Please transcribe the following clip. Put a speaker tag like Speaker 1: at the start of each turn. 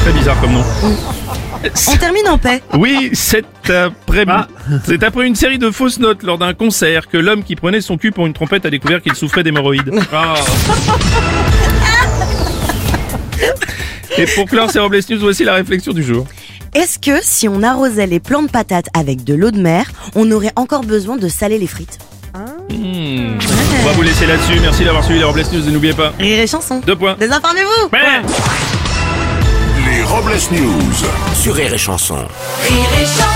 Speaker 1: Très bizarre comme nom.
Speaker 2: On termine en paix.
Speaker 1: Oui, c'est après, c'est après une série de fausses notes lors d'un concert que l'homme qui prenait son cul pour une trompette a découvert qu'il souffrait d'hémorroïdes. Et pour clore ces Robles News, voici la réflexion du jour.
Speaker 2: Est-ce que si on arrosait les plants de patates avec de l'eau de mer, on aurait encore besoin de saler les frites
Speaker 1: Hmm. On va vous laisser là-dessus. Merci d'avoir suivi les Robles News et n'oubliez pas.
Speaker 2: Rire et chanson.
Speaker 1: Deux points.
Speaker 2: Désinformez-vous
Speaker 1: Ouais.
Speaker 3: Les Robles News.
Speaker 4: Sur Rire et Chanson.
Speaker 5: Rire et chanson.